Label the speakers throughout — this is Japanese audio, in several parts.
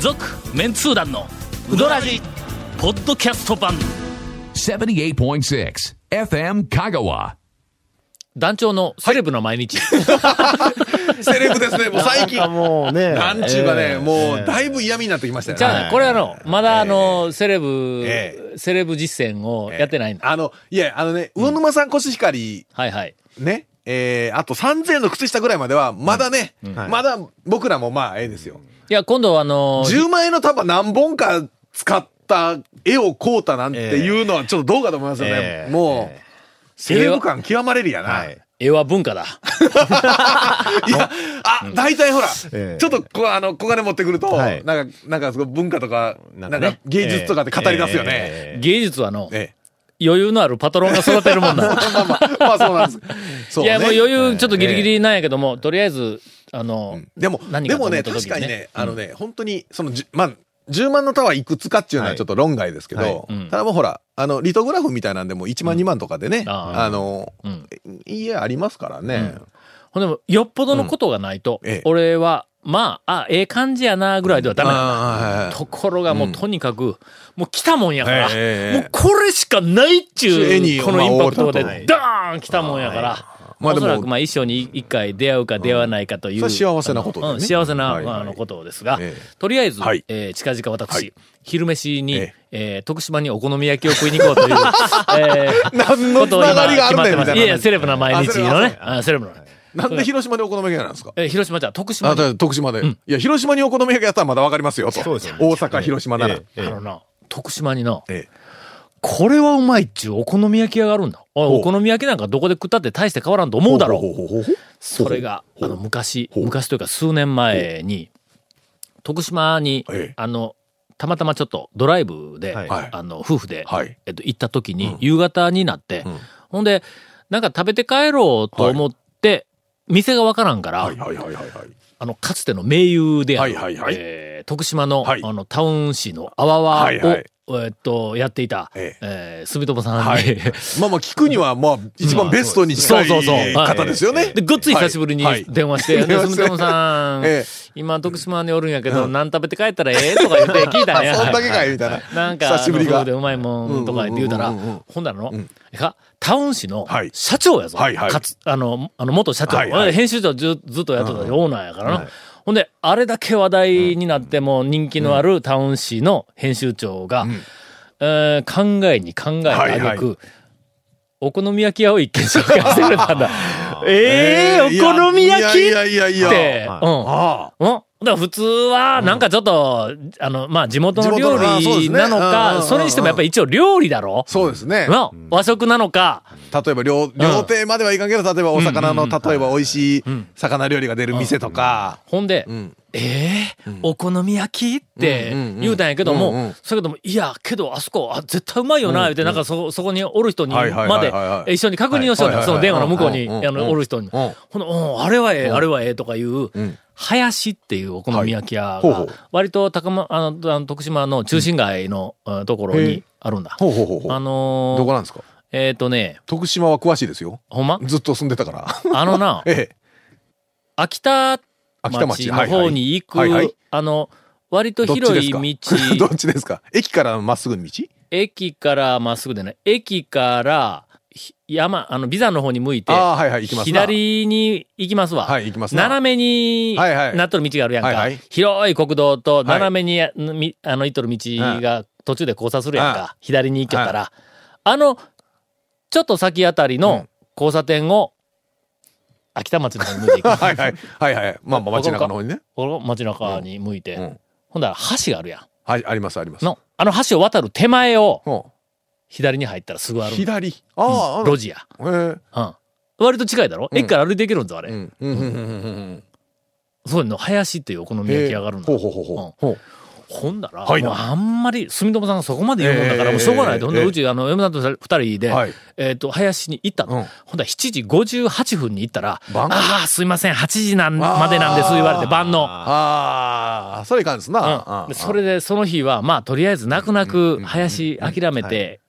Speaker 1: 続メンツー団のウドラジポッドキャスト版
Speaker 2: 78.6 FM Kagawa.
Speaker 3: 団長のセレブの毎日。
Speaker 4: セレブですね、もう最近。
Speaker 5: もうね。
Speaker 4: なんちゅうかね、
Speaker 5: えー
Speaker 4: もう、だいぶ嫌味になってきましたよね。
Speaker 3: じゃあ、これあの、まだあの、セレブ
Speaker 4: え、
Speaker 3: セレブ実践をやってないんだ。
Speaker 4: あの、いや、あのね、魚沼さんコシヒカリ、
Speaker 3: はいはい。
Speaker 4: ね、えー、あと3000円の靴下ぐらいまでは、まだね、まだ僕らもまあ、ええですよ。
Speaker 3: いや、今度あの、
Speaker 4: 10万円の束何本か使った絵を買うたなんていうのは、ちょっとどうかと思いますよね。
Speaker 5: えー
Speaker 4: もう、セレブ感極まれるやな。
Speaker 5: はい。
Speaker 3: 絵は文化だ。
Speaker 4: いや、あ、大体ほら、
Speaker 5: ええ
Speaker 4: ちょっとこう、あの、小金持ってくると、
Speaker 5: はい
Speaker 4: なんか、なんかすごい文化とか、な
Speaker 5: なんん
Speaker 4: か,、
Speaker 5: かね
Speaker 4: 芸術とかで語り出すよね。
Speaker 5: え
Speaker 3: 芸術はあの、
Speaker 4: え
Speaker 3: 余裕のあるパトロンが育てるもんだ。
Speaker 4: えまあまあ、まあそうなんです。 そう
Speaker 3: い
Speaker 4: ね
Speaker 3: や、もう余裕ちょっとギリギリなんやけども、とりあえず、あの、
Speaker 4: でも、
Speaker 3: 何
Speaker 4: で
Speaker 3: かと
Speaker 4: も
Speaker 3: 思
Speaker 4: ね、
Speaker 3: った時
Speaker 4: 確
Speaker 3: にね
Speaker 4: かにね、あのね、本当に、そのじゅ、まあ、10万のタワーいくつかっていうのは
Speaker 5: はい
Speaker 4: ちょっと論外ですけど、
Speaker 5: はい
Speaker 3: うん
Speaker 4: ただもうほら、あの、リトグラフみたいなんでも1万2万とかでね、
Speaker 3: あ
Speaker 4: あ
Speaker 3: あ
Speaker 4: の、
Speaker 3: うん
Speaker 4: 家ありますからね。
Speaker 3: ほんでも、よっぽどのことがないと
Speaker 4: うんええ、
Speaker 3: 俺は、まあ、あ、ええ感じやな、ぐらいではダメなんだ。
Speaker 4: ああ
Speaker 3: ところがもうとにかく、もう来たもんやから、も
Speaker 4: ええ
Speaker 3: うこれしかないっち
Speaker 4: 絵
Speaker 3: ゅ
Speaker 4: に
Speaker 3: う、このインパクト
Speaker 4: まあ
Speaker 3: で
Speaker 4: オーラ、と
Speaker 3: ダーン来たもんやから、
Speaker 4: まあ
Speaker 3: お
Speaker 4: で
Speaker 3: そ
Speaker 4: も
Speaker 3: らくまあ一生に一回出会うか出会わないかという。
Speaker 4: うんそれは幸せなことだね
Speaker 3: うん幸せな、
Speaker 4: はいはい
Speaker 3: まああのことですが、
Speaker 4: ええ
Speaker 3: とりあえず、
Speaker 4: はい
Speaker 3: えー近々私、
Speaker 4: はい
Speaker 3: 昼飯に、
Speaker 4: え
Speaker 3: え
Speaker 4: え
Speaker 3: ー徳島にお好み焼きを食いに行こう という、えー
Speaker 4: 何のつながりがあるねんみたいな。
Speaker 3: いやいや、セレブな毎日のね。あセレブな。
Speaker 4: なんで広島でお好み焼き屋なんですか
Speaker 3: えー広島じゃ、徳島
Speaker 4: あ、
Speaker 3: に。
Speaker 4: だ徳島で、いや、広島にお好み焼き屋さんまだわかりますよ、と。
Speaker 5: そうですよね
Speaker 4: 大阪、広島なら。
Speaker 5: ええ
Speaker 3: あのな、徳島にな、
Speaker 4: ええ
Speaker 3: これはうまいっちゅうお好み焼き屋があるんだ。おいお好み焼きなんかどこで食ったって大して変わらんと思うだろ
Speaker 4: ほ
Speaker 3: う。
Speaker 4: ほほほほ
Speaker 3: それが、あの、昔、昔というか数年前に、徳島に
Speaker 4: ええ、
Speaker 3: あの、たまたまちょっとドライブで、
Speaker 5: はい
Speaker 4: はい
Speaker 3: あの、夫婦で、
Speaker 4: はい
Speaker 3: えっと、行った時に、夕方になって、
Speaker 4: ん
Speaker 3: ほんで、なんか食べて帰ろうと思って、店がわからんから、
Speaker 4: はいはいはいはいはい。
Speaker 3: あの、かつての名優である、
Speaker 4: はいはいはい
Speaker 3: えー徳島の、
Speaker 4: はい
Speaker 3: あの、タウン市のあわわを、
Speaker 4: はいはい
Speaker 3: えーっと、やっていた、
Speaker 4: ええ
Speaker 3: えー、住友さんに、
Speaker 4: はい まあまあ聞くには、まあ、一番ベストに近い
Speaker 3: そうそうそう
Speaker 4: 方ですよね。
Speaker 3: で、ごっつい久しぶりに
Speaker 4: はいはい
Speaker 3: 電話 して、
Speaker 4: 電
Speaker 3: で、
Speaker 4: 話して
Speaker 3: 住友さん、
Speaker 4: ええ
Speaker 3: 今徳島におるんやけど、何食べて帰ったらええとか言って聞いたんや。
Speaker 4: あ、 そんだけかいみたいな。
Speaker 3: なんか、
Speaker 4: 久しぶりが
Speaker 3: あの夫婦でうまいもんとか言って言うたら、
Speaker 4: うんうんうんうん
Speaker 3: ほんならの、えかタウン市の
Speaker 4: はい
Speaker 3: 社長やぞ。
Speaker 4: はいはい
Speaker 3: かつ、あの、あの元社長、
Speaker 4: はいはい
Speaker 3: 編集長ずずっとやってたオーナーやからな。ほんで、あれだけ話題になっても人気のあるタウン市の編集長が、えー考えに考えてあげく、
Speaker 4: はいは
Speaker 3: お好み焼き屋を一見紹介してくれた んだ。ええー、お好み焼きっ
Speaker 4: い
Speaker 3: て
Speaker 4: やいやいやいや。
Speaker 3: って、うん。
Speaker 4: あ
Speaker 3: うん、だから普通は、なんかちょっと、あの、まあ、地元の
Speaker 4: 地元
Speaker 3: 料
Speaker 4: のあそうです
Speaker 3: 理
Speaker 4: ね
Speaker 3: なの
Speaker 4: うんうんうん
Speaker 3: か、
Speaker 4: うん
Speaker 3: それにしてもやっぱり一応料理だろ
Speaker 4: あ、そうですね。
Speaker 3: の和食なのか、
Speaker 4: 例えば料、料亭まではいかんけど、例えばお魚の、例えば美味しい魚料理が出る店とか。
Speaker 3: ほんで、
Speaker 4: ん
Speaker 3: ええお好み焼きって
Speaker 4: うんうんうん
Speaker 3: 言うたんやけども、
Speaker 4: うんうん
Speaker 3: それけども、いや、けど、あそこ、あ、絶対うまいよな、言うて、なんかそ、そこにおる人に、
Speaker 4: はいはい
Speaker 3: ま
Speaker 4: はいはい
Speaker 3: で、え一緒に確認をしよう
Speaker 4: は
Speaker 3: ね
Speaker 4: い
Speaker 3: その電話の向こうに、
Speaker 4: うんうんうん
Speaker 3: あの、おる人に。
Speaker 4: うん
Speaker 3: ほんでうんあれはええ、あれはええとかいう
Speaker 4: うん、
Speaker 3: 林っていうお好み焼き屋
Speaker 4: はいほう
Speaker 3: が
Speaker 4: ほう、
Speaker 3: 割と高ま、あの、あの徳島の中心街のうんところ
Speaker 4: へえ
Speaker 3: にあるんだ。
Speaker 4: ほうほうほうほ
Speaker 3: あ
Speaker 4: う。
Speaker 3: のー
Speaker 4: どこなんですか
Speaker 3: えっ、とね、
Speaker 4: 徳島は詳しいですよ。
Speaker 3: ほん ま
Speaker 4: ずっと住んでたから。、
Speaker 3: あのな
Speaker 4: ええ。
Speaker 3: 秋田
Speaker 4: 秋田
Speaker 3: 町
Speaker 4: 町
Speaker 3: の方に行く、
Speaker 4: はいはいはいはい
Speaker 3: あの、割と広い道、
Speaker 4: どっちですか駅からまっすぐの道
Speaker 3: 駅からまっすぐでない、駅から、ひ山、あの、ビザの方に向いて、
Speaker 4: ああ、はいはい、行きますな。
Speaker 3: 左に行きますわ。
Speaker 4: はい行きますな
Speaker 3: 斜めに
Speaker 4: はいはい
Speaker 3: なっとる道があるやんか。
Speaker 4: はいはい
Speaker 3: 広い国道と斜めに、みあの、行っとる道が途中で交差するやんか。
Speaker 4: は
Speaker 3: 左に行きよったら、あの、ちょっと先あたりの交差点を、秋田町の方に向いていく。
Speaker 4: はいはい。はいはい。まあまあ、街中の方にね。
Speaker 3: この街中に向いて、
Speaker 4: うんうん
Speaker 3: ほんだら橋があるや
Speaker 4: はい、ありますありま
Speaker 3: ん。
Speaker 4: す。
Speaker 3: の、あの橋を渡る手前を
Speaker 4: ほ
Speaker 3: 左に入ったらすぐあ
Speaker 4: う
Speaker 3: る。
Speaker 4: 左。ああ、あの
Speaker 3: 路地や。
Speaker 4: へ
Speaker 3: う
Speaker 4: え
Speaker 3: ん。割と近いだろ、
Speaker 4: ん
Speaker 3: 駅から歩いていけるんぞ、あれ。
Speaker 4: うんうんうんうんうん
Speaker 3: そういうの、林っていうお好み
Speaker 4: へえ
Speaker 3: 焼き屋があるんだ。
Speaker 4: ほうほうほうほうほう。
Speaker 3: ほんだら、
Speaker 4: はいな
Speaker 3: もうあんまり、住友さんがそこまで言うもんだから、
Speaker 4: ええ
Speaker 3: もうしょうがないと。ほん
Speaker 4: え
Speaker 3: で、
Speaker 4: え
Speaker 3: うち、あの、嫁さんと二人で、
Speaker 4: はい
Speaker 3: えっ、と、林に行ったの。
Speaker 4: うん
Speaker 3: ほんだら、7時58分に行ったら、
Speaker 4: 晩
Speaker 3: ああ、すいません、8時なん
Speaker 4: あー
Speaker 3: までなんです、言われて、晩の。
Speaker 4: ああ、それいかんですな。
Speaker 3: うん、でそれでその日はまあとりあえず泣く泣く林諦めて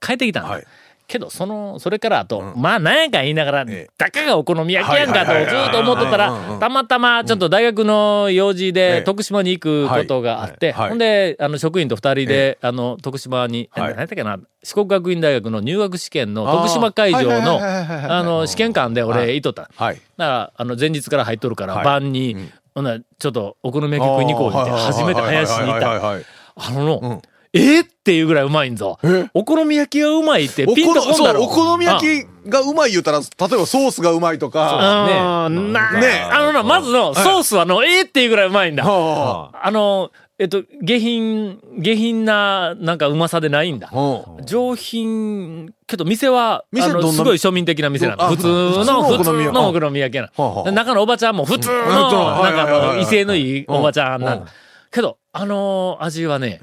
Speaker 3: 帰ってきたの、
Speaker 4: はい
Speaker 3: けど、その、それからあと、まあ、なんやかん言いながら、だかがお好み焼きやんかと
Speaker 4: はいはいはい
Speaker 3: ずっと思っとった
Speaker 4: うんうんう
Speaker 3: ら、
Speaker 4: ん
Speaker 3: たまたま、ちょっと大学の用事
Speaker 4: え
Speaker 3: で
Speaker 4: え
Speaker 3: 徳島に行くことがあって、
Speaker 4: はいはい
Speaker 3: ほんで、あの、職員と二人で、あの、徳島に、
Speaker 4: は
Speaker 3: 何
Speaker 4: い
Speaker 3: やったっけな、四国学院大学の入学試験の徳島会場
Speaker 4: あーはい
Speaker 3: の、
Speaker 4: はいはいはいはいはい
Speaker 3: あの、試験官で
Speaker 4: は
Speaker 3: 俺、
Speaker 4: い
Speaker 3: いとった。
Speaker 4: はい。
Speaker 3: だから、あの、前日から入っとるから、
Speaker 4: はい
Speaker 3: 晩に、ほんならちょっとお好み焼き食いに行こうって、初めて林に行った。
Speaker 4: た。
Speaker 3: あのの、えーっていうぐらいうまいんぞ。お好み焼きがうまいって
Speaker 4: お
Speaker 3: ピンとこんだ
Speaker 4: そう
Speaker 3: ろ。
Speaker 4: お好み焼きがうまい言うたら、例えばソースがうまいとか。
Speaker 3: あ。うん、な
Speaker 4: ね
Speaker 3: あのな、まずの、ソースはの、えーっていうぐらいうまいんだ。
Speaker 4: は
Speaker 3: あの、えっと、下品、下品な、なんかうまさでないんだ
Speaker 4: あ。はあ
Speaker 3: 上品、けど店は、
Speaker 4: 店
Speaker 3: あの
Speaker 4: どんな
Speaker 3: すごい庶民的な店なの。
Speaker 4: あ
Speaker 3: 普通の、
Speaker 4: 普
Speaker 3: 普
Speaker 4: 通のお
Speaker 3: 通のお
Speaker 4: 好み焼き
Speaker 3: 好み焼きや
Speaker 4: はあは
Speaker 3: な。
Speaker 4: あ
Speaker 3: 中のおばちゃんも普通の、
Speaker 4: ん普通のは
Speaker 3: ないん
Speaker 4: はいはいはい
Speaker 3: か、威勢のいいおばちゃんな
Speaker 4: うん
Speaker 3: の。けど、あの味はね、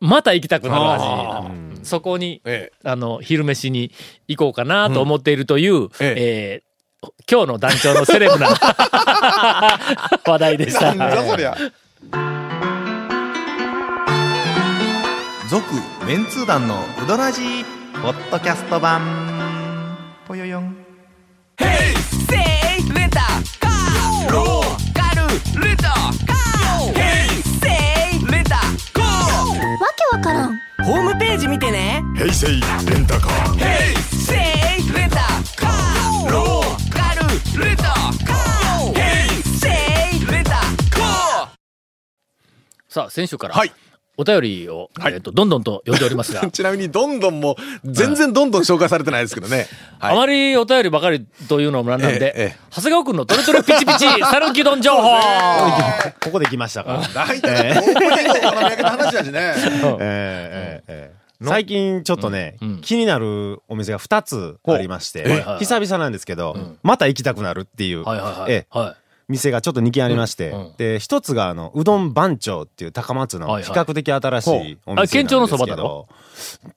Speaker 3: また行きたくなる味
Speaker 4: あ
Speaker 3: なの。そこに、
Speaker 4: え
Speaker 3: あの、昼飯に行こうかなと思っているという、え
Speaker 4: え
Speaker 3: ー今日の団長のセレブ な話題でし
Speaker 4: え。
Speaker 3: た。
Speaker 4: なんだそりゃ。
Speaker 5: 続メンツー団のウドラジポッドキャスト版ぽよよん
Speaker 6: せいレタカーローカルレタカーヘイセイレタカー
Speaker 7: わけわからん
Speaker 6: ホームページ見てねヘイセイレンタカーヘイセイレンタカーローカルレタカーヘイセイレンタカー
Speaker 3: さあ、先週から、
Speaker 4: はい。
Speaker 3: お便りを、えっと、どんどんと呼んでおります が、
Speaker 4: ちなみに、どんどんも、全然どんどん紹介されてないですけどね。
Speaker 3: あ
Speaker 4: はい。
Speaker 3: まりお便りばかりというのもなんなんで、
Speaker 4: ええええ
Speaker 3: 長谷川君のトレトレピチピチ讃岐うどん情報
Speaker 8: ここで来ましたから。
Speaker 4: 大体、オープニングのお好み焼きの話だしね。
Speaker 8: えーえーえー最近ちょっとね、
Speaker 3: ん
Speaker 8: 気になるお店が2つありまして、
Speaker 4: ほうえ
Speaker 3: ー
Speaker 8: 久々なんですけど、また行きたくなるっていう、
Speaker 3: はいはいはい。
Speaker 8: えー
Speaker 3: は
Speaker 8: 店がちょっと2軒ありまして、
Speaker 3: うんうん
Speaker 8: で、一つがあの、うどん番長っていう高松
Speaker 3: はい
Speaker 8: の
Speaker 3: はい
Speaker 8: 比較的新しいお店なんですけど。
Speaker 3: あ県庁のそばだろ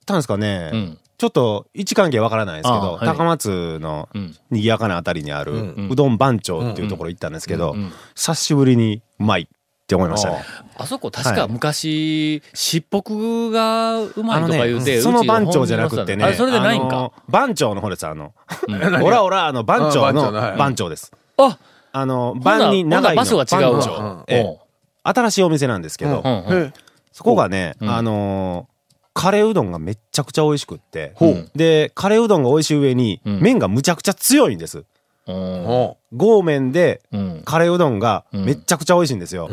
Speaker 8: たんですかね、
Speaker 3: うん
Speaker 8: ちょっと位置関係わからないですけど、
Speaker 3: あはい
Speaker 8: 高松の
Speaker 3: ん
Speaker 8: 賑やかなあたりにある、うどん番長っていうところ行ったんですけど、
Speaker 3: んうん
Speaker 8: 久しぶりにうまいって思いましたね。
Speaker 3: い。あそこ確か昔、しっぽくがうまいとか言うて、うち
Speaker 8: その番長じゃなくてね。
Speaker 3: あれそれでないん
Speaker 8: あ
Speaker 3: か
Speaker 8: の。番長の方です、あの。 オラオラ、あの、番長
Speaker 4: あ番長
Speaker 8: の
Speaker 4: のはい
Speaker 8: 番長です。
Speaker 3: あ、
Speaker 8: あの、
Speaker 3: ほんな
Speaker 8: 番
Speaker 3: ら
Speaker 8: に
Speaker 3: ほんな
Speaker 8: 長
Speaker 3: ら
Speaker 8: い
Speaker 3: 場
Speaker 8: の
Speaker 3: 所が違う
Speaker 8: 番
Speaker 3: わ
Speaker 8: 長。
Speaker 3: うん
Speaker 8: ええ新しいお店なんですけど
Speaker 3: う、んうん
Speaker 4: え
Speaker 8: そこがね、
Speaker 3: ん
Speaker 8: あのーカレーうどんがめっちゃくちゃ美味しくって
Speaker 3: う。
Speaker 8: で、カレーうどんが美味しい上に、
Speaker 3: うん
Speaker 8: 麺がむちゃくちゃ強いんです。
Speaker 3: うん
Speaker 4: お
Speaker 8: 合麺で、
Speaker 3: うん
Speaker 8: カレーうどんがめっちゃくちゃ美味しいんですよ。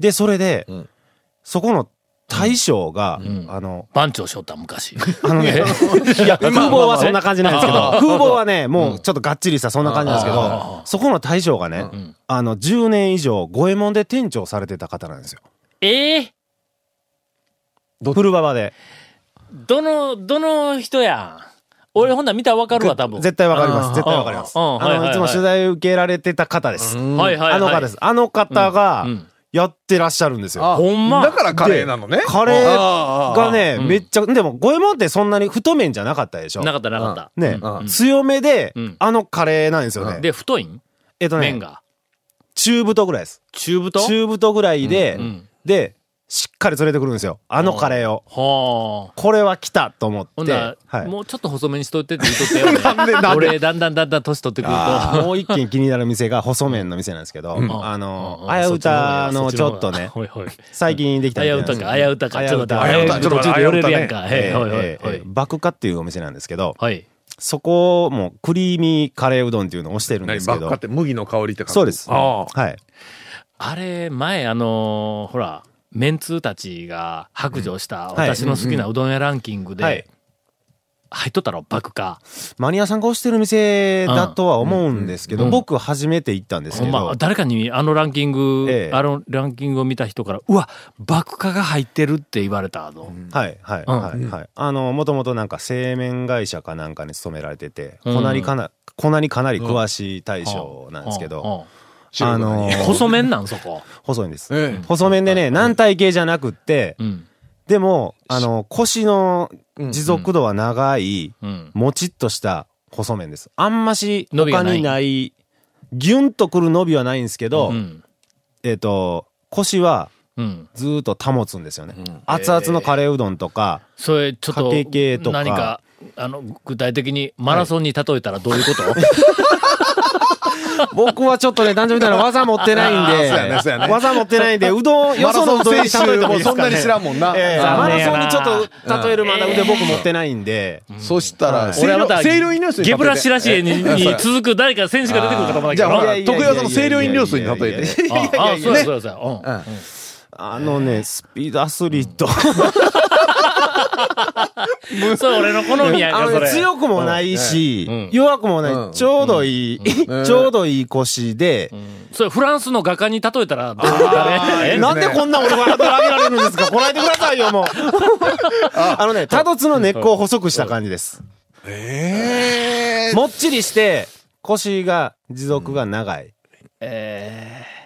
Speaker 8: で、それで
Speaker 4: ん、
Speaker 8: そこの大将が
Speaker 3: ん、
Speaker 8: あの、
Speaker 3: 番長しよった 昔。
Speaker 8: あのね、いや、風貌はそんな感じなんですけど、風貌はね、もうちょっとがっちりしたそんな感じなんですけど、そこの大将がね、あの、10年以上、五右衛門で店長されてた方なんですよ。
Speaker 3: ええ
Speaker 8: 古馬場で。
Speaker 3: どの、どの人や俺ほんなら見たらわかるわ、多分。
Speaker 8: 絶対わかります。絶対わかります。
Speaker 3: うんうんはい
Speaker 8: あ
Speaker 3: はいは
Speaker 8: の、
Speaker 3: い
Speaker 8: いつも取材受けられてた方です。
Speaker 3: はいはいはい。
Speaker 8: あの方です。あの方が
Speaker 3: うんうん、
Speaker 8: やってらっしゃるんですよ。
Speaker 4: あ
Speaker 3: ほんま
Speaker 4: だからカレーなのね。
Speaker 8: カレーが
Speaker 4: あ
Speaker 8: ね、めっちゃ、でも、五右衛門ってそんなに太麺じゃなかったでしょ
Speaker 3: なかったなかった。
Speaker 8: ね
Speaker 4: うんう、ん
Speaker 8: 強めで
Speaker 3: うん、
Speaker 8: あのカレーなんですよね。
Speaker 3: で、太いん
Speaker 8: えっと
Speaker 3: 麺
Speaker 8: ね、
Speaker 3: が。
Speaker 8: 中太ぐらいです。
Speaker 3: 中太
Speaker 8: 中太ぐらいで、
Speaker 3: うんうん
Speaker 8: で、しっかり連れてくるんですよ。あのカレーを。
Speaker 3: はあ。
Speaker 8: これは来たと思
Speaker 3: ほ
Speaker 8: っ
Speaker 3: ん
Speaker 8: て。
Speaker 3: なら、
Speaker 8: はい。も
Speaker 3: もうちょっと細めにしといてって言っとってよ、ね。なんで
Speaker 8: なんで
Speaker 3: 俺、だんだんだんだん年取ってくる
Speaker 8: うもう一軒気になる店が細麺の店なんですけど、
Speaker 3: と。
Speaker 8: あの、あやうたのちょっと ね、
Speaker 3: ほいほい。
Speaker 8: 最近できた
Speaker 3: あ
Speaker 8: みた
Speaker 3: や
Speaker 8: いな
Speaker 3: うんた
Speaker 8: ですよ
Speaker 3: か、あやうた
Speaker 8: あ
Speaker 3: か。
Speaker 8: や
Speaker 3: ちょっ
Speaker 8: う
Speaker 3: と待って、
Speaker 8: た
Speaker 4: あやうたちょっと
Speaker 3: 途
Speaker 4: 待って
Speaker 3: 中で寄れるやんか。
Speaker 4: あ
Speaker 3: は
Speaker 8: え
Speaker 3: い
Speaker 8: え
Speaker 3: はいはい
Speaker 8: ええ
Speaker 3: は
Speaker 8: ええ
Speaker 3: い。
Speaker 8: 爆カっていうお店なんですけど、
Speaker 3: はい。
Speaker 8: そこもクリーミーカレーうどんっていうのをしてるんで
Speaker 4: 何
Speaker 8: す
Speaker 4: ば
Speaker 8: け
Speaker 4: っか
Speaker 8: ど
Speaker 4: っ、て麦の香りって感じ
Speaker 8: そうです。
Speaker 4: あ
Speaker 8: はい。
Speaker 3: あれ、前、あのー、ほら、メンツーたちが白状した
Speaker 8: はい
Speaker 3: 私の好きなうどん屋ランキング
Speaker 8: は
Speaker 3: で
Speaker 8: い、
Speaker 3: 入っとったろ、爆カ。
Speaker 8: マニアさんが推してる店だとは思うんですけ
Speaker 3: う
Speaker 8: ど、
Speaker 3: ん
Speaker 8: 僕初めて行ったんです
Speaker 3: ほ
Speaker 8: け
Speaker 3: んま
Speaker 8: ど、、
Speaker 3: 誰かにあのランキング、
Speaker 8: ええ
Speaker 3: あのランキングを見た人から、うわ、爆カが入ってるって言われたぞ。
Speaker 8: はいはい
Speaker 3: うん
Speaker 8: はいはい。あの、もともとなんか製麺会社かなんかに勤められてて、
Speaker 3: うん
Speaker 8: こなりかな、こなりかなり詳しい大将なんですけど、
Speaker 4: うん
Speaker 8: あの
Speaker 3: うん。うん、細麺なん、そこ。
Speaker 8: 細いんです。
Speaker 4: え
Speaker 8: 細麺でね、軟体系じゃなくって
Speaker 3: う、ん。
Speaker 8: でも、あの、腰の
Speaker 4: うん
Speaker 8: 持続度は長い、
Speaker 3: うん。
Speaker 8: もちっとした細麺です。あんまし、
Speaker 3: 伸びが
Speaker 8: 他
Speaker 3: ない
Speaker 8: にない、ギュンとくる伸びはないんですけど
Speaker 3: う、ん。
Speaker 8: えっと、腰は
Speaker 3: うん。
Speaker 8: ずーっと保つんですよね。熱々のカレーうどんとか、
Speaker 3: それ、ちょっと。
Speaker 8: かけ系とか
Speaker 3: 何か、あの具体的にマラソンに例えたらどういうこと、
Speaker 8: 僕はちょっとね、誕生日なら技持ってないんで、
Speaker 4: あーそうやねそうやね
Speaker 8: 技持ってない んで、うどん、よ
Speaker 4: マラ
Speaker 8: その
Speaker 4: ソ
Speaker 8: う
Speaker 4: ン
Speaker 8: どんに例えて
Speaker 4: 選手
Speaker 8: もいい
Speaker 4: も
Speaker 8: です
Speaker 4: そん
Speaker 8: か
Speaker 4: なに
Speaker 8: ね
Speaker 4: 知。らんもんな。
Speaker 8: ええマラソンにちょっと例えるまだ腕僕持ってないんで、
Speaker 4: そしたら、
Speaker 3: 俺はまた
Speaker 4: 清涼飲料水に例え
Speaker 3: ゲ
Speaker 4: て
Speaker 3: ブラシラシエにに続く誰か選手が出てくるかと思ったけ
Speaker 4: じゃ
Speaker 3: どな
Speaker 4: あ、ほら、
Speaker 8: いやいやいやいや
Speaker 4: 徳川さんの清涼飲料水に例えて。
Speaker 3: あああそうやそうやそうや、うん
Speaker 8: あのね、スピードアスリー ト。
Speaker 3: それ俺の好みやね
Speaker 8: あの
Speaker 3: そ
Speaker 8: ね
Speaker 3: れ
Speaker 8: 強くもないし
Speaker 3: ん、
Speaker 8: 弱くも
Speaker 4: う
Speaker 8: なんい、ちょうどいい、ちょうどいい腰で、
Speaker 3: それフランスの画家に例えたらどういうことかねえ
Speaker 8: なんでこんな俺笑ってあげられるんですかこらえてくださいよ、もう。あのね、タドツの根っこを細くした感じです。
Speaker 4: え
Speaker 8: もっちりして、腰が、持続が長い。
Speaker 3: えー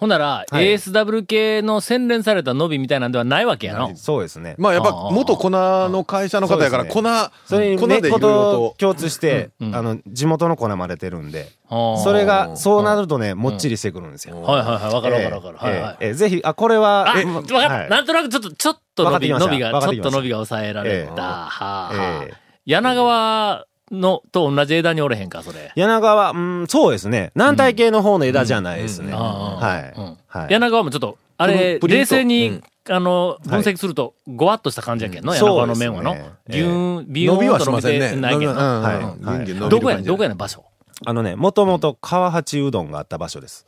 Speaker 3: ほんなら、
Speaker 8: はい
Speaker 3: ASW 系の洗練された伸びみたいなんではないわけやな。
Speaker 8: そうですね。
Speaker 4: まあやっぱ元粉の会社の方やから
Speaker 8: そ
Speaker 4: 粉、
Speaker 8: う
Speaker 4: 粉
Speaker 8: そ
Speaker 4: で
Speaker 8: れ
Speaker 4: い
Speaker 8: に
Speaker 4: ろ
Speaker 8: 根
Speaker 4: い
Speaker 8: っこ
Speaker 4: ろ
Speaker 8: と
Speaker 4: と。
Speaker 8: 共通して、
Speaker 3: うんうん
Speaker 8: あの、地元の粉まれてるんで、そ
Speaker 3: そ
Speaker 8: れが、そうなるとね、もっちりしてくるんですよ。
Speaker 3: はいはいはい、わかるわかるわかる。は
Speaker 8: え
Speaker 3: い
Speaker 8: え
Speaker 3: はい。
Speaker 8: ええぜひ、あ、これは、
Speaker 3: あ、
Speaker 8: え
Speaker 3: わか
Speaker 8: は
Speaker 3: っ
Speaker 8: い
Speaker 3: なんとなくちょっと、ちょっと伸び、
Speaker 8: わか
Speaker 3: 伸
Speaker 8: って
Speaker 3: び
Speaker 8: き
Speaker 3: が、ちょっ
Speaker 8: ましたわかって
Speaker 3: と
Speaker 8: きました
Speaker 3: 伸びが抑えられた。
Speaker 8: ええ
Speaker 3: はあはあ
Speaker 8: ええ
Speaker 3: 柳川のと同じ枝におれへんか、それ。
Speaker 8: 柳川、うん、そうですね。軟体系の方の枝じゃないですね。
Speaker 3: ああうん
Speaker 8: はい。はい。
Speaker 3: 柳川もちょっと、あれ、
Speaker 4: プリン
Speaker 3: 冷静
Speaker 4: プリ
Speaker 3: に、あの、分析すると、ごわっとした感じやけんの、
Speaker 8: うん
Speaker 3: 柳川の面は
Speaker 8: そ
Speaker 3: の
Speaker 8: うですね。
Speaker 3: ぎゅーん、ビヨ
Speaker 4: 伸び
Speaker 3: ーン
Speaker 4: は
Speaker 3: と
Speaker 4: し
Speaker 3: 伸
Speaker 4: ま
Speaker 3: び
Speaker 4: せん
Speaker 3: て
Speaker 4: ね。
Speaker 3: ないけんの。
Speaker 8: はい
Speaker 4: うんうんギュンギュン伸び
Speaker 3: ど
Speaker 4: る感じ
Speaker 3: こやねん、どこやねん、場所。
Speaker 8: あのね、もともと川八うどんがあった場所です。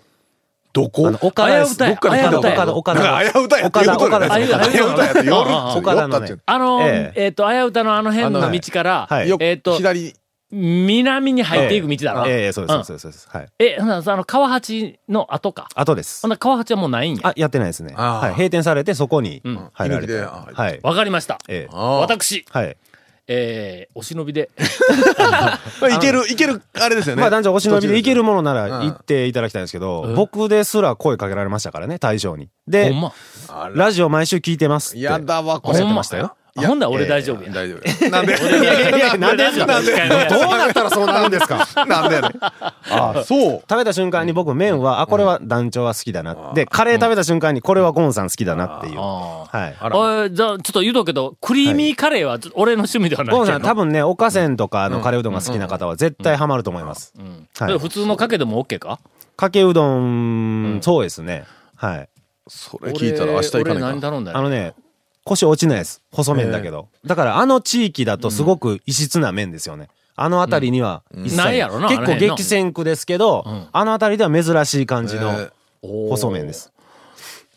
Speaker 4: ど
Speaker 8: あ
Speaker 4: こ
Speaker 8: の、岡田です。
Speaker 3: 危うたや危う
Speaker 8: 岡
Speaker 3: たや
Speaker 8: 田、岡田、岡
Speaker 4: だから、
Speaker 8: 田。
Speaker 4: あやうたやって言うことだ
Speaker 3: 岡田
Speaker 4: よね。あやうたやっ
Speaker 8: 岡田
Speaker 4: て言う
Speaker 3: あああ
Speaker 4: こ
Speaker 8: 岡
Speaker 4: と
Speaker 8: 田
Speaker 4: だ
Speaker 8: の
Speaker 4: っ
Speaker 8: ね
Speaker 4: て。
Speaker 3: あの、え
Speaker 8: え
Speaker 3: っ、と、あやうたのあの辺の道から、
Speaker 8: あのはい
Speaker 4: よ
Speaker 3: えっ、と、
Speaker 4: 左、
Speaker 3: 南に入っていく道だろ。
Speaker 8: ええ
Speaker 3: え
Speaker 8: ええ、そうです、そうです、そうです。はい。
Speaker 3: ほんならさあの、川八の後か。
Speaker 8: 後です
Speaker 3: ほん。なら川八はもうないんや。
Speaker 8: あ、やってないですね。
Speaker 4: ああ
Speaker 8: はい。閉店されて、そこに
Speaker 3: うん
Speaker 8: 入られて。
Speaker 4: 居抜きであ入って
Speaker 8: はい。
Speaker 3: わかりました。
Speaker 8: ええ。
Speaker 4: ああ
Speaker 3: 私、
Speaker 8: はい。
Speaker 3: えー、お忍びで。
Speaker 4: まあいける、いける、あれですよね。
Speaker 8: まあ、男女お忍びで行け
Speaker 4: る。
Speaker 8: るものなら
Speaker 4: うん
Speaker 8: 行っていただきたいんですけ
Speaker 3: え
Speaker 8: ど、僕ですら声かけられましたからね、大将に。で
Speaker 3: ほん、ま。
Speaker 8: ラジオ毎週聞いてますって。
Speaker 4: やだわ、こ
Speaker 8: おっし
Speaker 4: れ
Speaker 8: ゃ。ってましたよ。
Speaker 3: あほんなら俺大丈夫や。
Speaker 4: 大丈夫。 なんで
Speaker 3: いやいやいや、
Speaker 8: なんで
Speaker 3: 大丈夫
Speaker 8: なんで
Speaker 3: 大丈
Speaker 8: どう
Speaker 3: 夫
Speaker 8: なったらそうなるんですか
Speaker 4: なんでやねん。ああ、そう。
Speaker 8: 食べた瞬間に僕麺は、あ、これは団長は好きだな。で、カレー食べた瞬間にこれはゴンさん好きだなっていう。は
Speaker 3: あーお
Speaker 8: い。
Speaker 3: いじゃあ、ちょっと言うとくけど、クリーミーカレーはちょっと俺の趣味ではない
Speaker 8: ゴン
Speaker 3: けど
Speaker 8: さん多分ね、おかせんとかのカレーうどんが好きな方は絶対ハマると思います。
Speaker 3: そ
Speaker 8: は
Speaker 3: れ
Speaker 8: い。
Speaker 3: 普通のかけでも OK か
Speaker 8: かけうどん、そうですね。はい。
Speaker 4: それ聞いたら明日行か
Speaker 3: 俺俺
Speaker 4: ない
Speaker 3: 何
Speaker 4: か。
Speaker 3: 頼んだ
Speaker 8: あ
Speaker 3: よ。
Speaker 8: のね、腰落ちないです。細麺だけど。だからあの地域だとすごく異質な麺ですよね。あの辺りには一切
Speaker 3: ないやろな
Speaker 8: 結
Speaker 3: あ
Speaker 8: 構
Speaker 3: れな
Speaker 8: 激戦区ですけど、あの辺りでは珍しい感じ
Speaker 4: え
Speaker 8: の
Speaker 3: おー
Speaker 8: 細麺です。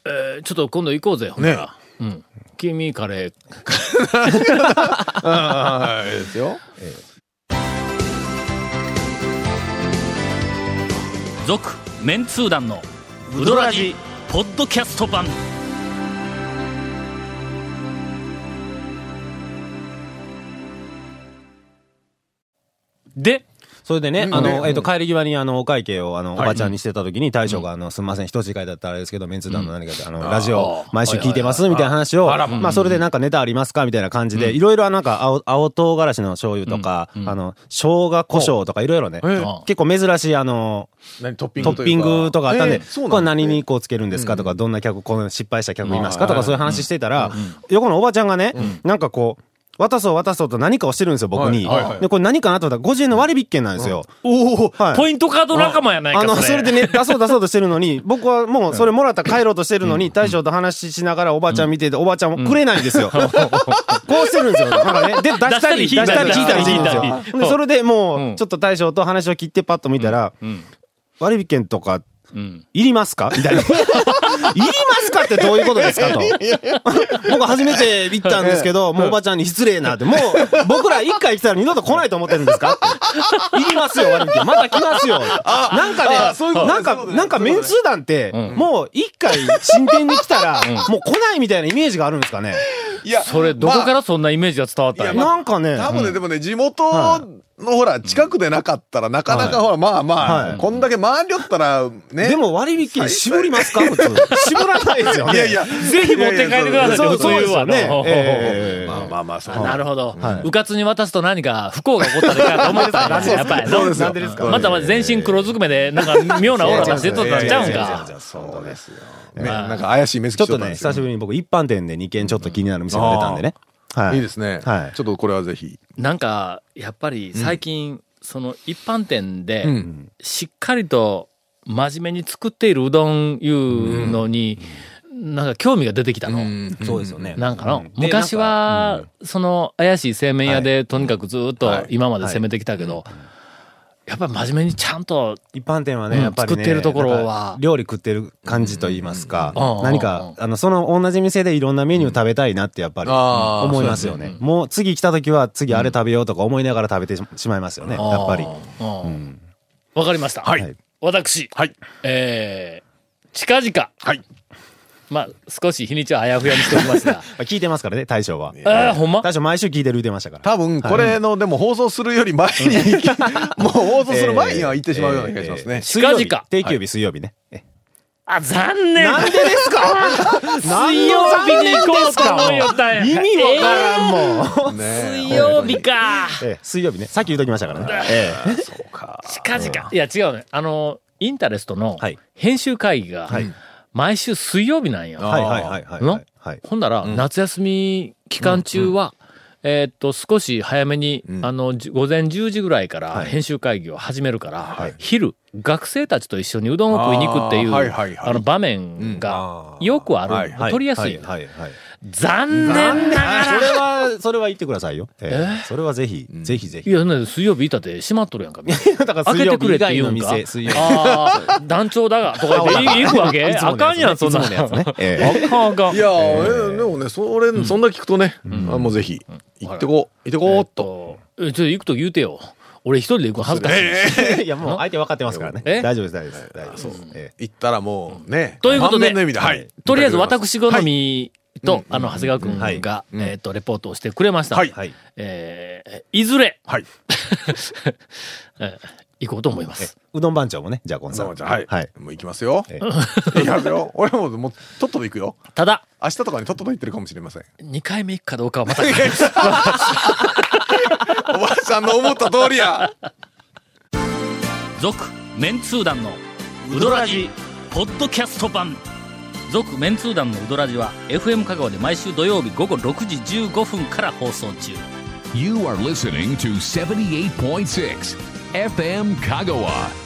Speaker 3: えーちょっと今度行こうぜ、ほんなら。うん。キーミーカレー。
Speaker 4: あれですよ。
Speaker 1: 続メンツー団のウドラジポッドキャスト版
Speaker 3: で、
Speaker 8: それでね、あ
Speaker 4: ね
Speaker 8: の、えっと、帰り際に、あの、お会計を、あの、おばちゃんにしてた時に、大将が、あの、すみません、一時会だったらあれですけど、メンツ団の何かで、あの、ラジオ、毎週聞いてます、みたいな話を、まあ、それでなんかネタありますかみたいな感じで、いろいろ、なんか、青、青唐辛子の醤油とか、あの、生姜、胡椒とか、いろいろね、結構珍しい、あの、
Speaker 4: 何トッピング
Speaker 8: トッピングとかあったんで、
Speaker 4: えーそう
Speaker 8: こ
Speaker 4: な
Speaker 8: れ
Speaker 4: んだ
Speaker 8: 何にこうつけるんですかとか、どんな客、この失敗した客いますかとか、そういう話してたら、横のおばちゃんがね、なんかこう、渡そう渡そうと何かをしてるんですよ、僕に
Speaker 4: はいはいは。い
Speaker 8: で、これ何かなと思ったら、50円の割引券なんですよ。
Speaker 4: おお
Speaker 8: はい
Speaker 3: ポイントカード仲間やない
Speaker 8: あの、
Speaker 3: か、
Speaker 8: それ でね、出そう出そうとしてるのに、僕はもうそれもらったら帰ろうとしてるのに、大将と話ししながらおばあちゃん見てて、おばあちゃんもくれないんですよ。 こうしてるんですよ。なんかね、で、出したり、
Speaker 3: 出
Speaker 8: 出
Speaker 3: し
Speaker 8: したた
Speaker 3: り
Speaker 8: り、
Speaker 3: 引
Speaker 8: 引
Speaker 3: い
Speaker 8: い
Speaker 3: た
Speaker 8: た
Speaker 3: り
Speaker 8: り、引いた
Speaker 3: 引いたり
Speaker 8: りする。で、それでも
Speaker 3: ん
Speaker 8: う、ちょっと大将と話を切ってパッと見たら、割引券とか、いりますか みたいな。いりますかってどういうことですかと。僕初めて行ったんですけど、もうおばちゃんに失礼なって、もう僕ら一回来たら二度と来ないと思ってるんですかっていりますよ、割引。また来ますよ。なんか
Speaker 4: あそういうこ
Speaker 8: ね、
Speaker 4: と
Speaker 8: なん
Speaker 4: そう
Speaker 8: か、
Speaker 4: だね
Speaker 8: なんかメンツー団って、もう一回進展に来たら、もう来ないみたいなイメージがあるんですかね。
Speaker 4: いや、
Speaker 3: それ、どこからそんなイメージが伝わったんや
Speaker 4: いやま
Speaker 8: なんかね、
Speaker 4: 多分ね、でもね、地
Speaker 8: は
Speaker 4: 元のほら、近くでなかったら、なかなかほら、まあま
Speaker 8: は
Speaker 4: あ、
Speaker 8: い
Speaker 4: こんだけ回りよったら、ね。
Speaker 8: でも割引券絞りますか普通。絞らないですよね。
Speaker 4: いやいや、
Speaker 3: ぜひ持って帰ってくださいって
Speaker 8: そう
Speaker 3: 普通
Speaker 8: そうで
Speaker 3: 言
Speaker 8: す
Speaker 3: うわ
Speaker 8: よね。
Speaker 3: の
Speaker 8: ええ
Speaker 4: まあまあまあ、そう。
Speaker 3: なるほど
Speaker 8: はい。
Speaker 3: うかつに渡すと何か不幸が起こったらいかんと思ったんややっぱりな
Speaker 4: そうですよ。です
Speaker 3: また全身黒ずくめで、なんか妙なオーラ出してとったんちゃうんか。
Speaker 4: そうですよ。ねなんか怪しい目つき
Speaker 8: ちょっとね、久しぶりに僕、一般店で2軒ちょっと気になる店が出たんでね。はい
Speaker 4: いいですね。
Speaker 8: はい
Speaker 4: ちょっとこれはぜひ。
Speaker 3: なんかやっぱり最近、その一般店で、
Speaker 4: うん
Speaker 3: しっかりと真面目に作っているうどんいうのに、なんか興味が出てきたの。
Speaker 8: そうですよね。
Speaker 3: なんかの、
Speaker 8: うん
Speaker 3: 昔、は、その怪しい製麺屋で、とにかくずっ
Speaker 4: は
Speaker 3: と
Speaker 4: い
Speaker 3: 今まで攻めてきたけど、やっぱり真面目にちゃんと、
Speaker 8: でなんか一般店はね、
Speaker 3: うん
Speaker 8: やっぱり、ね、
Speaker 3: 作ってるところは
Speaker 8: なんか料理食ってる感じと言いますか、
Speaker 3: うんうん
Speaker 8: 何
Speaker 3: うんう
Speaker 8: か
Speaker 3: ん、
Speaker 8: あの、その同じ店でいろんなメニュー食べたいなってやっぱり、
Speaker 4: あー
Speaker 8: 思いますよね。もう次来た時は次あれ食べようとか思いながら食べてしまいますよね、やっぱり。
Speaker 3: うんわかりました。
Speaker 8: い
Speaker 3: 私、えー近々、まあ、少し日にちはあやふやにしておきますが、
Speaker 8: まあ聞いてますからね、大将は。
Speaker 3: ああ、ほんま
Speaker 8: 大将毎週聞いてる言うてましたから。
Speaker 4: 多分、これの、でも放送するより前に、 もう放送する前には行ってしまうような気がしますね。
Speaker 8: 水曜日
Speaker 3: 近々
Speaker 8: 定休日水曜日ね。え
Speaker 3: あ、残念
Speaker 8: なんでですか
Speaker 3: 水曜日に行こうと思いよったんや。
Speaker 8: 意味わからんもん。
Speaker 4: ね
Speaker 3: 水曜日か。
Speaker 8: ええ水曜日ね。さっき言うときましたからね。ええ
Speaker 3: 近々。いや、違うね。あの、インタレストの
Speaker 8: はい
Speaker 3: 編集会議が、毎週水曜日なんよ。
Speaker 8: はいはいはいはいはい。はい。
Speaker 3: ほんなら、夏休み期間中は、えーっと、少し早めに、あの、じゅ午前10時ぐらいから編集会議を始めるから、昼、学生たちと一緒にうどんを食いに行くっていう、
Speaker 4: あ
Speaker 3: あ,、
Speaker 4: ーはいはいはい
Speaker 3: の、場面がよくある。
Speaker 4: はい
Speaker 8: は
Speaker 3: 取りやすい,、
Speaker 8: はいはいはい。
Speaker 3: 残念なが
Speaker 8: そ
Speaker 3: ら
Speaker 8: れは、それは言ってくださいよ。ええそれはぜひ、ぜひぜ
Speaker 3: い
Speaker 8: ひ。
Speaker 3: や、ね、水曜日いたって閉まっとるやんか。みんな
Speaker 8: だから
Speaker 3: 開け
Speaker 8: 水曜
Speaker 3: て
Speaker 8: 日
Speaker 3: くれっ
Speaker 8: 以
Speaker 3: て
Speaker 8: 外
Speaker 3: 言う
Speaker 8: の
Speaker 3: んか
Speaker 8: 店、水曜日。
Speaker 3: ああ、団長だが、とか 言って、い行くわけ
Speaker 8: いつものやつね
Speaker 3: あかんやん、そんな。
Speaker 8: いつものやつねえ
Speaker 3: あかんあかん。
Speaker 4: いやー、えでもね、それ、そんな聞くとね、あもうぜひ、行ってこう、行ってこうっと。
Speaker 3: と。えちょっと行くと言うてよ。俺一人で行くの恥ずかしい。
Speaker 8: えいや、もう相手分かってますからね。
Speaker 3: え
Speaker 8: 大丈夫です、大丈夫です。大丈夫です。ええ
Speaker 4: 行ったらもうね。
Speaker 3: ということで
Speaker 4: 満面の意味で、はい。
Speaker 3: とりあえず私好みと、あの、長谷川くんが、
Speaker 8: はい
Speaker 3: えっと、レポートをしてくれました。
Speaker 4: はい
Speaker 8: はい。
Speaker 3: えーいずれ、
Speaker 4: はい。
Speaker 3: えー行こうと思います。
Speaker 8: うどん番長もね、じゃあ、ゴンさん。
Speaker 4: じゃあ、はい。
Speaker 8: はい。
Speaker 4: もう行きますよ。
Speaker 8: え
Speaker 4: 行きますよ。俺ももう、とっとと行くよ。
Speaker 3: ただ、
Speaker 4: 明日とかにとっとと行ってるかもしれません。
Speaker 3: 2回目行くかどうかはまた。
Speaker 4: おばあちゃんの思った通りや。
Speaker 1: 続メンツー団のウドラジポッドキャスト版続メンツー団のウドラジは FM 香川で毎週土曜日午後6時15分から放送中
Speaker 2: You are listening to 78.6 FM Kagawa.